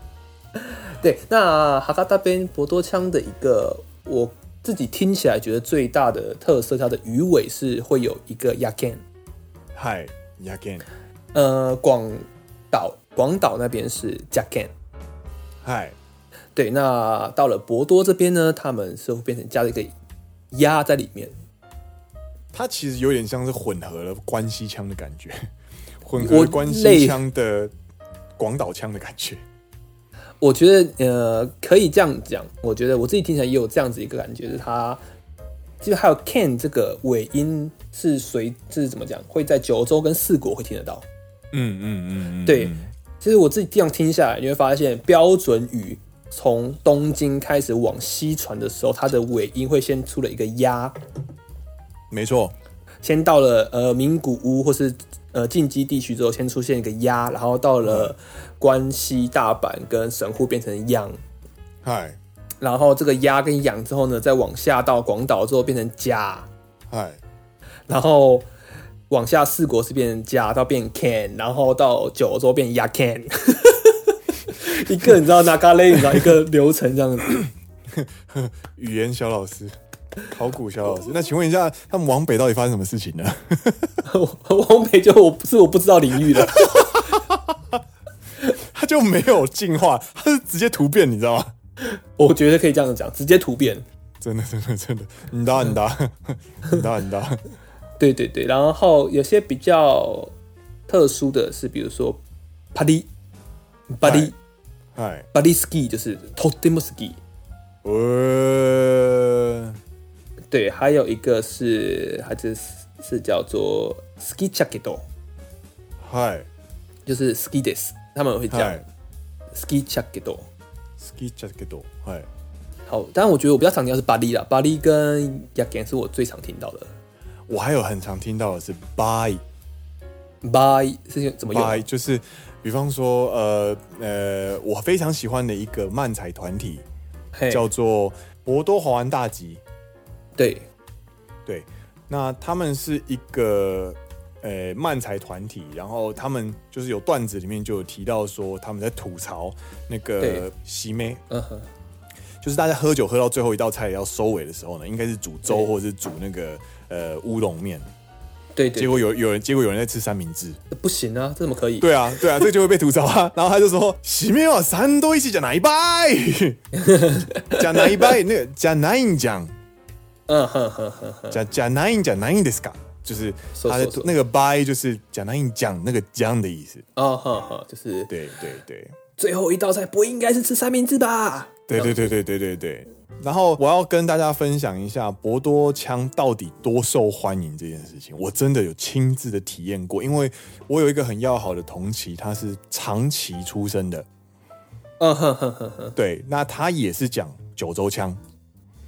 [SPEAKER 2] 对，那哈嘎大边博多腔的一个，我自己听起来觉得最大的特色，它的鱼尾是会有一个 yakan。
[SPEAKER 1] 嗨 y a g a n
[SPEAKER 2] 呃，广岛广岛那边是 jakan，
[SPEAKER 1] 嗨，
[SPEAKER 2] 对，那到了博多这边呢，他们是会变成加了一个鸭在里面，
[SPEAKER 1] 它其实有点像是混合了关西腔的感觉，混
[SPEAKER 2] 我
[SPEAKER 1] 合关西
[SPEAKER 2] 类
[SPEAKER 1] 腔的广岛腔的感觉。
[SPEAKER 2] 我觉得呃，可以这样讲。我觉得我自己听起来也有这样子一个感觉，就是它就还有 can 这个尾音是随是怎么讲，会在九州跟四国会听得到。
[SPEAKER 1] 嗯嗯嗯嗯，
[SPEAKER 2] 对
[SPEAKER 1] 嗯
[SPEAKER 2] 其实我自己这样听下来，你会发现标准语从东京开始往西传的时候，它的尾音会先出了一个鸭，
[SPEAKER 1] 没错，
[SPEAKER 2] 先到了呃名古屋或是呃近畿地区之后，先出现一个鸭，然后到了关西、大阪跟神户变成央。
[SPEAKER 1] 嗨
[SPEAKER 2] 然后这个鸭跟羊之后呢，再往下到广岛之后变成甲，
[SPEAKER 1] 嗨，
[SPEAKER 2] 然后往下四国是变成甲，到变 can，然后到九州变亚 can，一个你知道 naga 类，你知道一个流程这样子。
[SPEAKER 1] 语言小老师， 考古小老师。那请问一下，他们往北到底发生什么事情呢？
[SPEAKER 2] 往北就我不是我不知道领域的，
[SPEAKER 1] 他就没有进化，他是直接突变，你知道吗？
[SPEAKER 2] 我觉得可以这样讲，直接突变。
[SPEAKER 1] 真的，真的，真的，你答，你答，你答， 你答。
[SPEAKER 2] 对对对，然后有些比较特殊的是，比如说 p a d y p a d y
[SPEAKER 1] 嗨，
[SPEAKER 2] p a d y ski 就是 t o t e m o ski。
[SPEAKER 1] 呃，
[SPEAKER 2] 对，还有一个是还是是叫做 ski jacket，
[SPEAKER 1] 嗨，
[SPEAKER 2] 就是 ski des，他们会讲
[SPEAKER 1] 嗨
[SPEAKER 2] ski jacket。
[SPEAKER 1] ，ski jacket，嗨，
[SPEAKER 2] 好，但我觉得我比较常听到是巴黎啦，巴黎跟 yagan 是我最常听到的。
[SPEAKER 1] 我还有很常听到的是 bye
[SPEAKER 2] 巴是用啊怎么
[SPEAKER 1] bye，
[SPEAKER 2] 用？
[SPEAKER 1] 就是比方说，呃呃，我非常喜欢的一个漫才团体
[SPEAKER 2] 嘿，
[SPEAKER 1] 叫做博多华湾大吉。
[SPEAKER 2] 对，
[SPEAKER 1] 对，那他们是一个呃漫才团体，然后他们就是有段子里面就有提到说他们在吐槽那个
[SPEAKER 2] 对
[SPEAKER 1] 西妹，
[SPEAKER 2] 嗯哼，
[SPEAKER 1] 就是大家喝酒喝到最后一道菜要收尾的时候呢，应该是煮粥
[SPEAKER 2] 对
[SPEAKER 1] 或者是煮那个呃乌龙面，
[SPEAKER 2] 对对
[SPEAKER 1] 结果有有人结果有人在吃三明治，
[SPEAKER 2] 不行啊，这怎么可以？
[SPEAKER 1] 对啊对啊，这就会被吐槽啊， 然后他就说西妹啊，三多一起讲哪一拜， 讲哪一拜那个讲哪一讲。
[SPEAKER 2] 嗯哼哼哼哼，
[SPEAKER 1] 假假男音假男音ですか？就是
[SPEAKER 2] そう
[SPEAKER 1] 他的
[SPEAKER 2] そうそう
[SPEAKER 1] 那个 by 就是假男音讲那个讲的意思。
[SPEAKER 2] 哦哼哼，就是
[SPEAKER 1] 对对对
[SPEAKER 2] 最后一道菜不应该是吃三明治吧？
[SPEAKER 1] 对对对对对对对。然后我要跟大家分享一下博多腔到底多受欢迎这件事情，我真的有亲自的体验过，因为我有一个很要好的同期，他是长崎出生的，
[SPEAKER 2] 嗯哼哼哼哼，
[SPEAKER 1] 对，那他也是讲九州腔，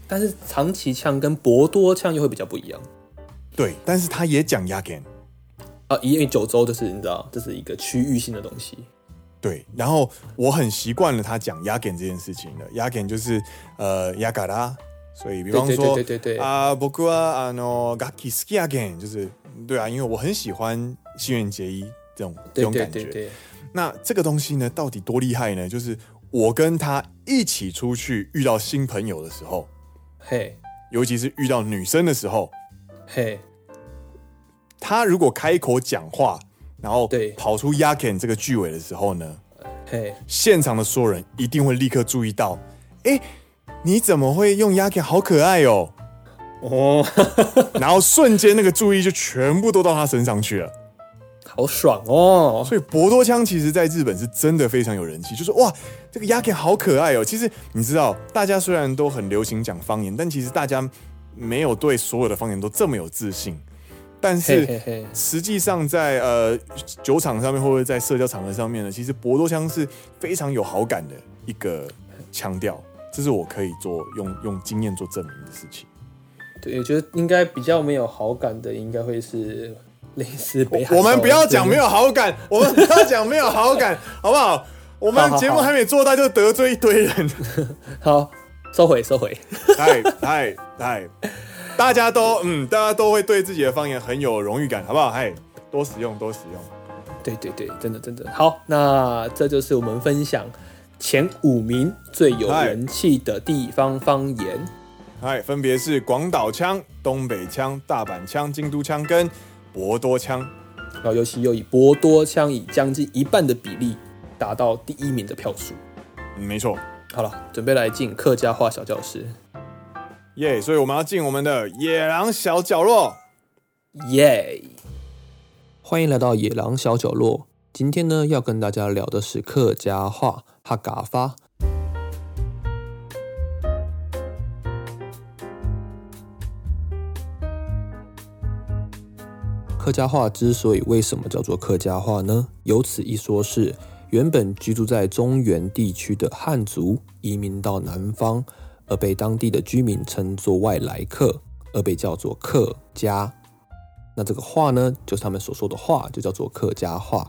[SPEAKER 2] 但是长崎腔跟博多腔又会比较不一样。
[SPEAKER 1] 对，但是他也讲 yagen，
[SPEAKER 2] 啊，因为九州就是你知道，这是一个区域性的东西。
[SPEAKER 1] 对，然后我很习惯了他讲 yagen 这件事情了。yagen 就是呃 y a g a r a 所以比方
[SPEAKER 2] 对对
[SPEAKER 1] 说
[SPEAKER 2] 对对对对
[SPEAKER 1] 啊，僕はあの楽器好き yagen，就是对啊，因为我很喜欢西元结衣这种这
[SPEAKER 2] 对
[SPEAKER 1] 种
[SPEAKER 2] 对
[SPEAKER 1] 感觉。
[SPEAKER 2] 对对，
[SPEAKER 1] 那这个东西呢，到底多厉害呢？就是我跟他一起出去遇到新朋友的时候，
[SPEAKER 2] 嘿
[SPEAKER 1] 尤其是遇到女生的时候，
[SPEAKER 2] 嘿，
[SPEAKER 1] 他如果开口讲话，然后
[SPEAKER 2] 对
[SPEAKER 1] 跑出 yagen 这个句尾的时候呢，
[SPEAKER 2] 嘿，
[SPEAKER 1] 现场的所有人一定会立刻注意到，哎，你怎么会用 Yaki？好可爱哦！
[SPEAKER 2] 哦，
[SPEAKER 1] 然后瞬间那个注意就全部都到他身上去了。
[SPEAKER 2] 好爽哦！
[SPEAKER 1] 所以博多腔其实在日本是真的非常有人气，就是哇，这个 Yaki 好可爱哦。其实你知道，大家虽然都很流行讲方言，但其实大家没有对所有的方言都这么有自信。但
[SPEAKER 2] 嘿
[SPEAKER 1] 是
[SPEAKER 2] 嘿嘿，
[SPEAKER 1] 实际上在呃酒场上面或者在社交场合上面呢，其实博多腔是非常有好感的一个腔调，这是我可以做用用经验做证明的事情。
[SPEAKER 2] 对，我觉得应该比较没有好感的，应该会是 类似北海道
[SPEAKER 1] 我们不要讲没
[SPEAKER 2] 有，
[SPEAKER 1] 有好感，我们不要讲没有好感，好不好？我
[SPEAKER 2] 好
[SPEAKER 1] 们
[SPEAKER 2] 好
[SPEAKER 1] 节目
[SPEAKER 2] 好
[SPEAKER 1] 还没做到就得罪一堆人，
[SPEAKER 2] 好，收回收回。
[SPEAKER 1] 哎哎哎，大家都嗯，大家都会对自己的方言很有荣誉感，好不好？哎，多使用，多使用。
[SPEAKER 2] 对对对，真的真的好。那这就是我们分享前五名最有
[SPEAKER 1] 嗨
[SPEAKER 2] 人气的地方方言。
[SPEAKER 1] 嗨，分别是广岛腔、东北腔、大阪腔、京都腔跟博多腔。
[SPEAKER 2] 然后尤其又以博多枪以将近一半的比例达到第一名的票数。
[SPEAKER 1] 嗯没错，
[SPEAKER 2] 好了，准备来进客家话小教室，
[SPEAKER 1] 耶、所以我们要进我们的野狼小角落。
[SPEAKER 2] 耶、欢迎来到野狼小角落。今天呢，要跟大家聊的是客家话哈嘎发。客家话之所以为什么叫做客家话呢？有此一说是，原本居住在中原地区的汉族移民到南方，而被当地的居民称作外来客，而被叫做客家。那这个话呢，就是他们所说的话，就叫做客家话。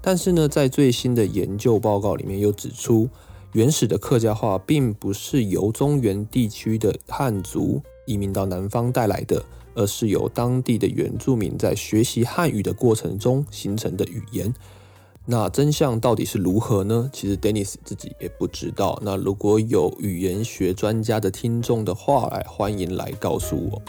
[SPEAKER 2] 但是呢，在最新的研究报告里面又指出，原始的客家话并不是由中原地区的汉族移民到南方带来的，而是由当地的原住民在学习汉语的过程中形成的语言。那真相到底是如何呢？其实 Dennis 自己也不知道。那如果有语言学专家的听众的话，来欢迎来告诉我。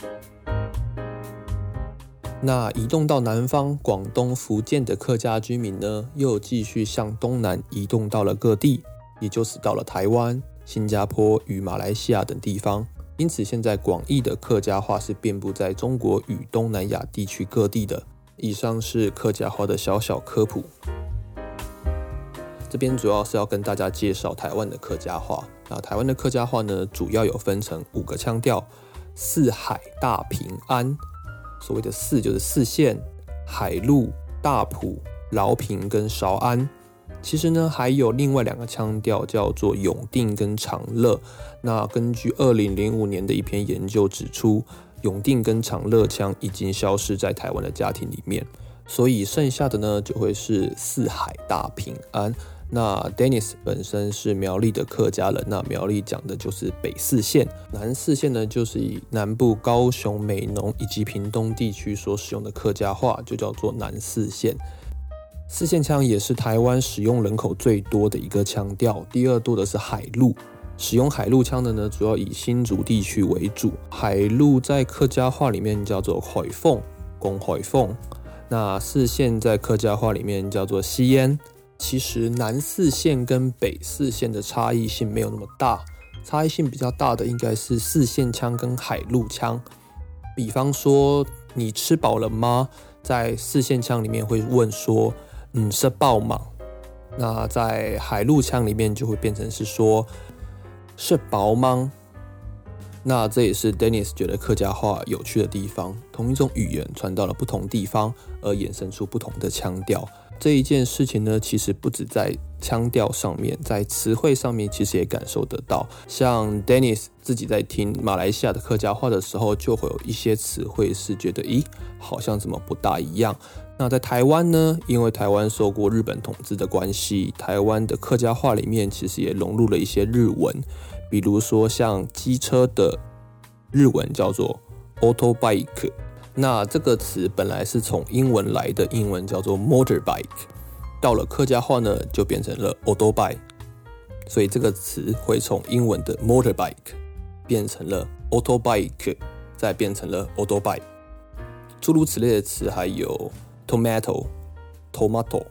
[SPEAKER 2] 那移动到南方，广东、福建的客家居民呢，又继续向东南移动到了各地，也就是到了台湾、新加坡与马来西亚等地方。因此，现在广义的客家话是遍布在中国与东南亚地区各地的。以上是客家话的小小科普。这边主要是要跟大家介绍台湾的客家话。那台湾的客家话呢，主要有分成五个腔调：四海大平安，所谓的四就是四县、海陆、大埔、饶平跟韶安。其实呢，还有另外两个腔调叫做永定跟长乐。那根据二零零五年的一篇研究指出，永定跟长乐腔已经消失在台湾的家庭里面，所以剩下的呢就会是四海大平安。那 Dennis 本身是苗栗的客家人，那苗栗讲的就是北四县，南四县呢就是以南部高雄、美浓以及屏东地区所使用的客家话，就叫做南四县。四线腔也是台湾使用人口最多的一个腔调，第二多的是海陆。使用海陆腔的呢，主要以新竹地区为主。海陆在客家话里面叫做海凤，公海凤。那四线在客家话里面叫做西烟。其实南四线跟北四线的差异性没有那么大，差异性比较大的应该是四线腔跟海陆腔。比方说，你吃饱了吗？在四线腔里面会问说，嗯，是爆吗？那在海陆腔里面就会变成是说，是薄吗？那这也是 Dennis 觉得客家话有趣的地方，同一种语言传到了不同地方，而衍生出不同的腔调。这一件事情呢，其实不止在腔调上面，在词汇上面其实也感受得到。像 Dennis 自己在听马来西亚的客家话的时候，就会有一些词汇是觉得，咦，好像怎么不大一样。那在台湾呢，因为台湾受过日本统治的关系，台湾的客家话里面其实也融入了一些日文，比如说像机车的日文叫做 auto bike，那这个词本来是从英文来的，英文叫做 motorbike，到了客家话呢就变成了 auto bike，所以这个词会从英文的 motorbike 变成了 auto bike，再变成了 auto bike，诸如此类的词还有 tomato、tomato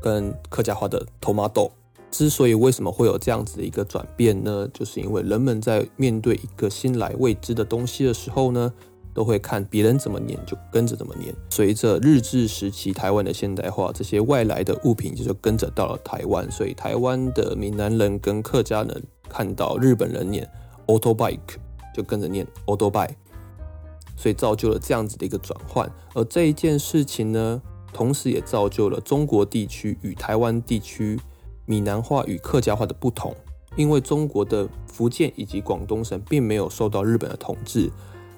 [SPEAKER 2] 跟客家话的 tomato。之所以为什么会有这样子的一个转变呢？就是因为人们在面对一个新来未知的东西的时候呢，都会看别人怎么念就跟着怎么念。随着日治时期台湾的现代化，这些外来的物品也就跟着到了台湾，所以台湾的闽南人跟客家人看到日本人念 auto bike，就跟着念 auto bike。所以造就了这样子的一个转换。而这一件事情呢，同时也造就了中国地区与台湾地区闽南话与客家话的不同。因为中国的福建以及广东省并没有受到日本的统治，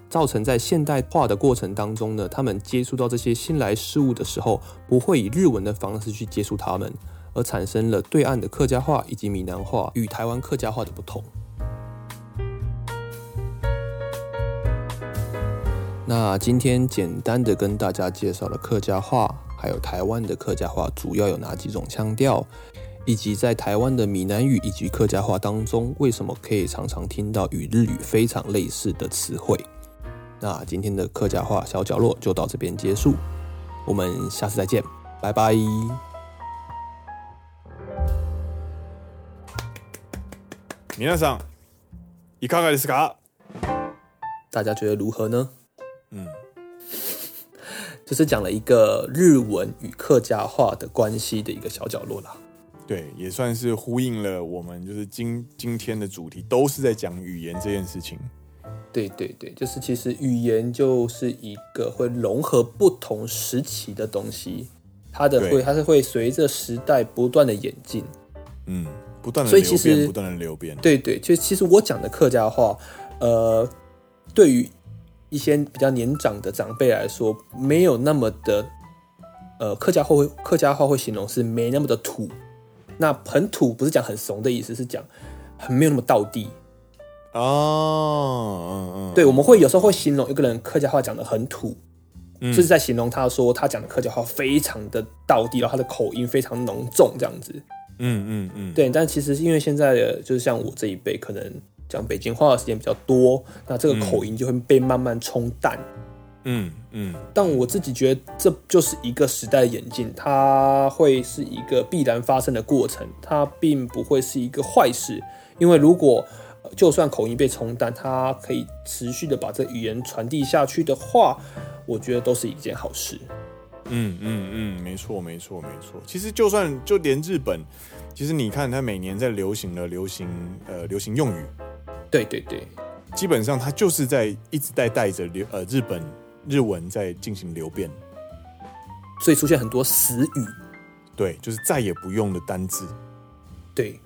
[SPEAKER 2] 造成在现代化的过程当中呢，他们接触到这些新来事物的时候，不会以日文的方式去接触他们，而产生了对岸的客家话以及闽南话与台湾客家话的不同。那今天简单的跟大家介绍了客家话，还有台湾的客家话主要有哪几种腔调，以及在台湾的闽南语以及客家话当中，为什么可以常常听到与日语非常类似的词汇。那今天的客家话小角落就到这边结束，我们下次再见，拜拜。
[SPEAKER 1] 皆さんいかがですか？
[SPEAKER 2] 大家觉得如何呢？
[SPEAKER 1] 嗯，
[SPEAKER 2] 就是讲了一个日文与客家话的关系的一个小角落啦。
[SPEAKER 1] 对，也算是呼应了我们就是今今天的主题，都是在讲语言这件事情。
[SPEAKER 2] 对对对，就是其实语言就是一个会融合不同时期的东西，它的
[SPEAKER 1] 对
[SPEAKER 2] 会它是会随着时代不断的演进。
[SPEAKER 1] 嗯，不断的
[SPEAKER 2] 所以
[SPEAKER 1] 流
[SPEAKER 2] 其实
[SPEAKER 1] 变，不断的流变。
[SPEAKER 2] 对对，就其实我讲的客家话，呃，对于一些比较年长的长辈来说，没有那么的，呃，客家话会客家话会形容是没那么的土。那很土不是讲很怂的意思，是讲很没有那么道地。
[SPEAKER 1] 哦，嗯嗯，
[SPEAKER 2] 对，我们会有时候会形容一个人客家话讲的很土，
[SPEAKER 1] 嗯
[SPEAKER 2] 就是在形容他说他讲的客家话非常的道地，然后他的口音非常浓重这样子。
[SPEAKER 1] 嗯嗯嗯，
[SPEAKER 2] 对，但其实因为现在的就是像我这一辈，可能讲北京话的时间比较多，那这个口音就会被慢慢冲淡。
[SPEAKER 1] 嗯嗯，
[SPEAKER 2] 但我自己觉得这就是一个时代的演进，它会是一个必然发生的过程，它并不会是一个坏事，因为如果呃就算口音被冲淡，它可以持续的把这语言传递下去的话，我觉得都是一件好事。
[SPEAKER 1] 嗯嗯嗯，没错没错没错。其实就算就连日本，其实你看它每年在流行的流行呃流行用语，
[SPEAKER 2] 对对对，
[SPEAKER 1] 基本上它就是在一直在带着流呃日本日文在进行流变。
[SPEAKER 2] 所以出现很多死语，
[SPEAKER 1] 对，就是再也不用的单字。
[SPEAKER 2] 对，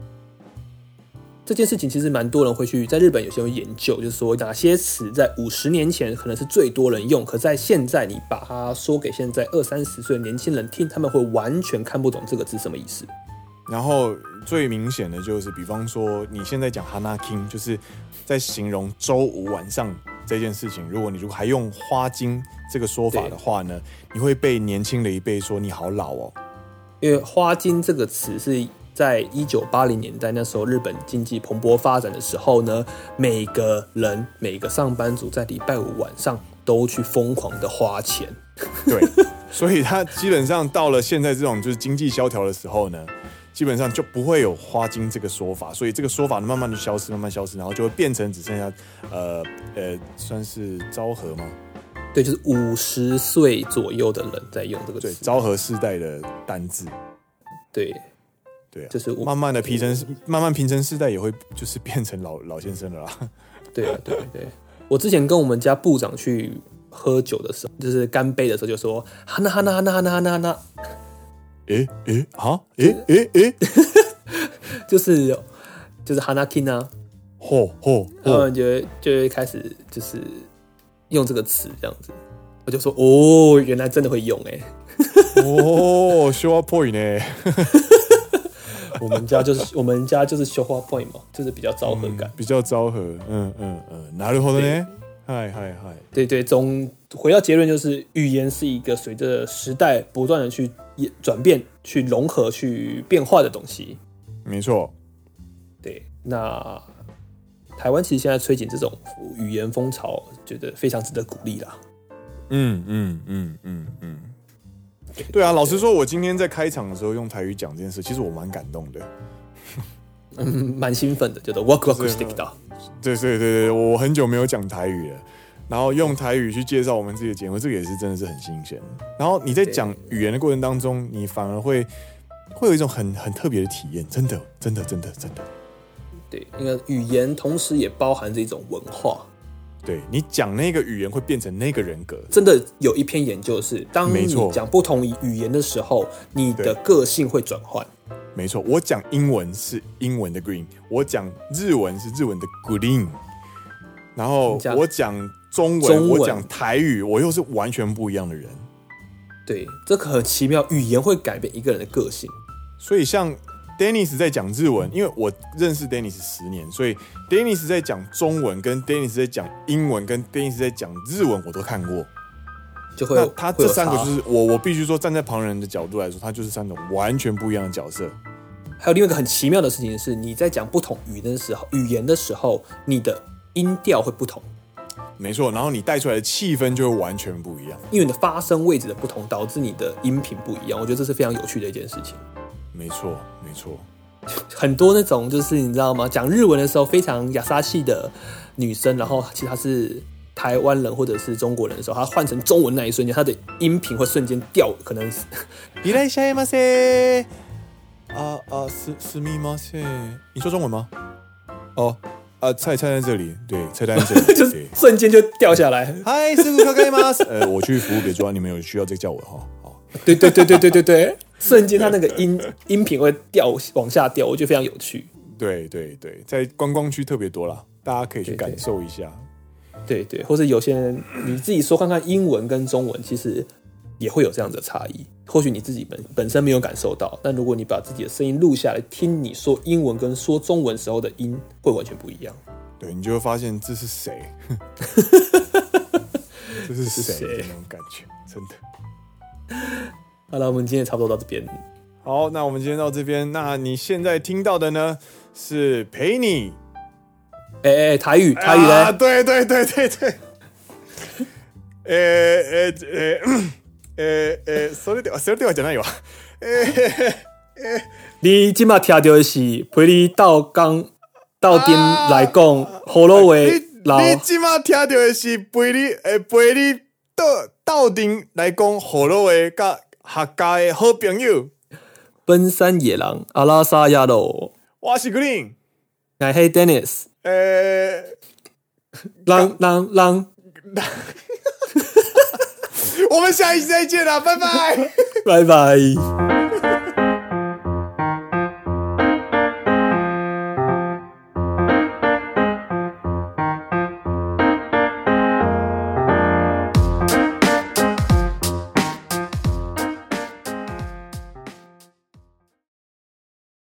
[SPEAKER 2] 这件事情其实蛮多人会去在日本有些人会研究，就是说哪些词在五十年前可能是最多人用，可在现在你把它说给现在二三十岁的年轻人听，他们会完全看不懂这个字什么意思。
[SPEAKER 1] 然后最明显的就是，比方说你现在讲 “hana king”，就是在形容周五晚上这件事情。如果你如果还用“花精”这个说法的话呢，你会被年轻的一辈说你好老哦。
[SPEAKER 2] 因为“花金”这个词是在一九八零年代那时候日本经济蓬勃发展的时候呢，每个人每个上班族在礼拜五晚上都去疯狂的花钱。
[SPEAKER 1] 对，所以他基本上到了现在这种就是经济萧条的时候呢，基本上就不会有“花精”这个说法，所以这个说法慢慢的消失，慢慢消失，然后就会变成只剩下呃呃，算是昭和吗？
[SPEAKER 2] 对，就是五十岁左右的人在用这个
[SPEAKER 1] 对，
[SPEAKER 2] 词。
[SPEAKER 1] 昭和世代的单字。
[SPEAKER 2] 对，
[SPEAKER 1] 对啊，
[SPEAKER 2] 就是我
[SPEAKER 1] 慢慢的平成，慢慢平成世代也会就是变成 老老先生了啦。
[SPEAKER 2] 对啊，对啊对啊。我之前跟我们家部长去喝酒的时候，就是干杯的时候，就说哈那哈那哈那哈那哈那哈那，
[SPEAKER 1] 诶诶啊诶诶诶，
[SPEAKER 2] 就是就是哈那 king 啊，
[SPEAKER 1] 吼吼
[SPEAKER 2] 他
[SPEAKER 1] 吼！
[SPEAKER 2] 们就会就会开始就是用这个词这样子。我就说哦，原来真的会用哎、
[SPEAKER 1] 哦，show up point 呢？
[SPEAKER 2] 我们家就是我们家就是修花 point 嘛，就是比较昭和感。
[SPEAKER 1] 比较昭和，嗯嗯嗯，哪里好呢？嗨嗨嗨，
[SPEAKER 2] 对对，总回到结论就是，语言是一个随着时代不断的去演转变、去融合、去变化的东西。
[SPEAKER 1] 没错，
[SPEAKER 2] 对，那台湾其实现在推进这种语言风潮，觉得非常值得鼓励啦。
[SPEAKER 1] 嗯嗯嗯嗯嗯。对啊，老实说，我今天在开场的时候用台语讲这件事，其实我蛮感动的。
[SPEAKER 2] 嗯，蛮兴奋的，叫
[SPEAKER 1] 啊
[SPEAKER 2] 做 work work stick 到。
[SPEAKER 1] 对对对对，我很久没有讲台语了，然后用台语去介绍我们自己的节目，这个也是真的是很新鲜。然后你在讲语言的过程当中，你反而会会有一种很很特别的体验，真的真的真的真的。
[SPEAKER 2] 对，因为语言同时也包含这种文化。
[SPEAKER 1] 对你讲那个语言会变成那个人格，
[SPEAKER 2] 真的有一篇研究是，当
[SPEAKER 1] 没
[SPEAKER 2] 你
[SPEAKER 1] 错
[SPEAKER 2] 讲不同语言的时候，你的
[SPEAKER 1] 对
[SPEAKER 2] 个性会转换。
[SPEAKER 1] 没错。我讲英文是英文的 green，我讲日文是日文的 green，然后
[SPEAKER 2] 你讲
[SPEAKER 1] 我讲中文，
[SPEAKER 2] 中文
[SPEAKER 1] 我讲台语，我又是完全不一样的人。
[SPEAKER 2] 对，这个很奇妙，语言会改变一个人的个性。
[SPEAKER 1] 所以像 Dennis 在讲日文，因为我认识 Dennis 十年，所以 Dennis 在讲中文，跟 Dennis 在讲英文，跟 Dennis 在讲日文，我都看过。
[SPEAKER 2] 就会
[SPEAKER 1] 那
[SPEAKER 2] 有
[SPEAKER 1] 他
[SPEAKER 2] 会
[SPEAKER 1] 这
[SPEAKER 2] 有
[SPEAKER 1] 三个
[SPEAKER 2] 差
[SPEAKER 1] 就是我，我必须说，站在旁人的角度来说，他就是三种完全不一样的角色。
[SPEAKER 2] 还有另外一个很奇妙的事情是，你在讲不同语言的时候，语言的时候，你的音调会不同，
[SPEAKER 1] 没错，然后你带出来的气氛就会完全不一样。
[SPEAKER 2] 因为你的发声位置的不同，导致你的音频不一样。我觉得这是非常有趣的一件事情。
[SPEAKER 1] 没错，没错，
[SPEAKER 2] 很多那种就是你知道吗？讲日文的时候非常雅莎系的女生，然后其实她是台湾人或者是中国人的时候，她换成中文那一瞬间，她的音频会瞬间掉，可能是
[SPEAKER 1] いらっしゃいませ。啊啊，すすみません。你说中文吗？哦，啊，菜菜在这里，对，菜单在 这里，
[SPEAKER 2] 就是
[SPEAKER 1] 对。
[SPEAKER 2] 瞬间就掉下来。
[SPEAKER 1] 嗨，是顾客开吗？ 呃，我去服务别抓，你们有需要再 叫我哈。好，
[SPEAKER 2] 对对对对对对对，瞬间她那个音音频会掉往下掉，我觉得非常有趣。
[SPEAKER 1] 对对对，在观光区特别多啦，大家可以去感受一下。
[SPEAKER 2] 对对，或是有些人你自己说看看英文跟中文，其实也会有这样的差异。或许你自己本本身没有感受到，但如果你把自己的声音录下来，听你说英文跟说中文时候的音会完全不一样。
[SPEAKER 1] 对你就会发现这是谁， 这是谁的那种感觉，真的。
[SPEAKER 2] 好了，我们今天也差不多到这边。
[SPEAKER 1] 好，那我们今天到这边，那你现在听到的呢是陪你
[SPEAKER 2] 哎哎，台语台语嘞，
[SPEAKER 1] 啊，对对对对对。呃呃呃呃呃，それではそれではじゃないわ。
[SPEAKER 2] 你今麦听到的是陪你到港到店来讲，好老话
[SPEAKER 1] 啊你
[SPEAKER 2] 老
[SPEAKER 1] 你即马听到的是陪你诶陪你到到顶来讲好路的甲客家的好朋友，
[SPEAKER 2] 奔山野狼阿拉萨亚罗，
[SPEAKER 1] 我是 Green，
[SPEAKER 2] 乃黑 Dennis，
[SPEAKER 1] 诶、
[SPEAKER 2] 让让让
[SPEAKER 1] 我们下一期再见啦，拜拜。
[SPEAKER 2] 拜拜。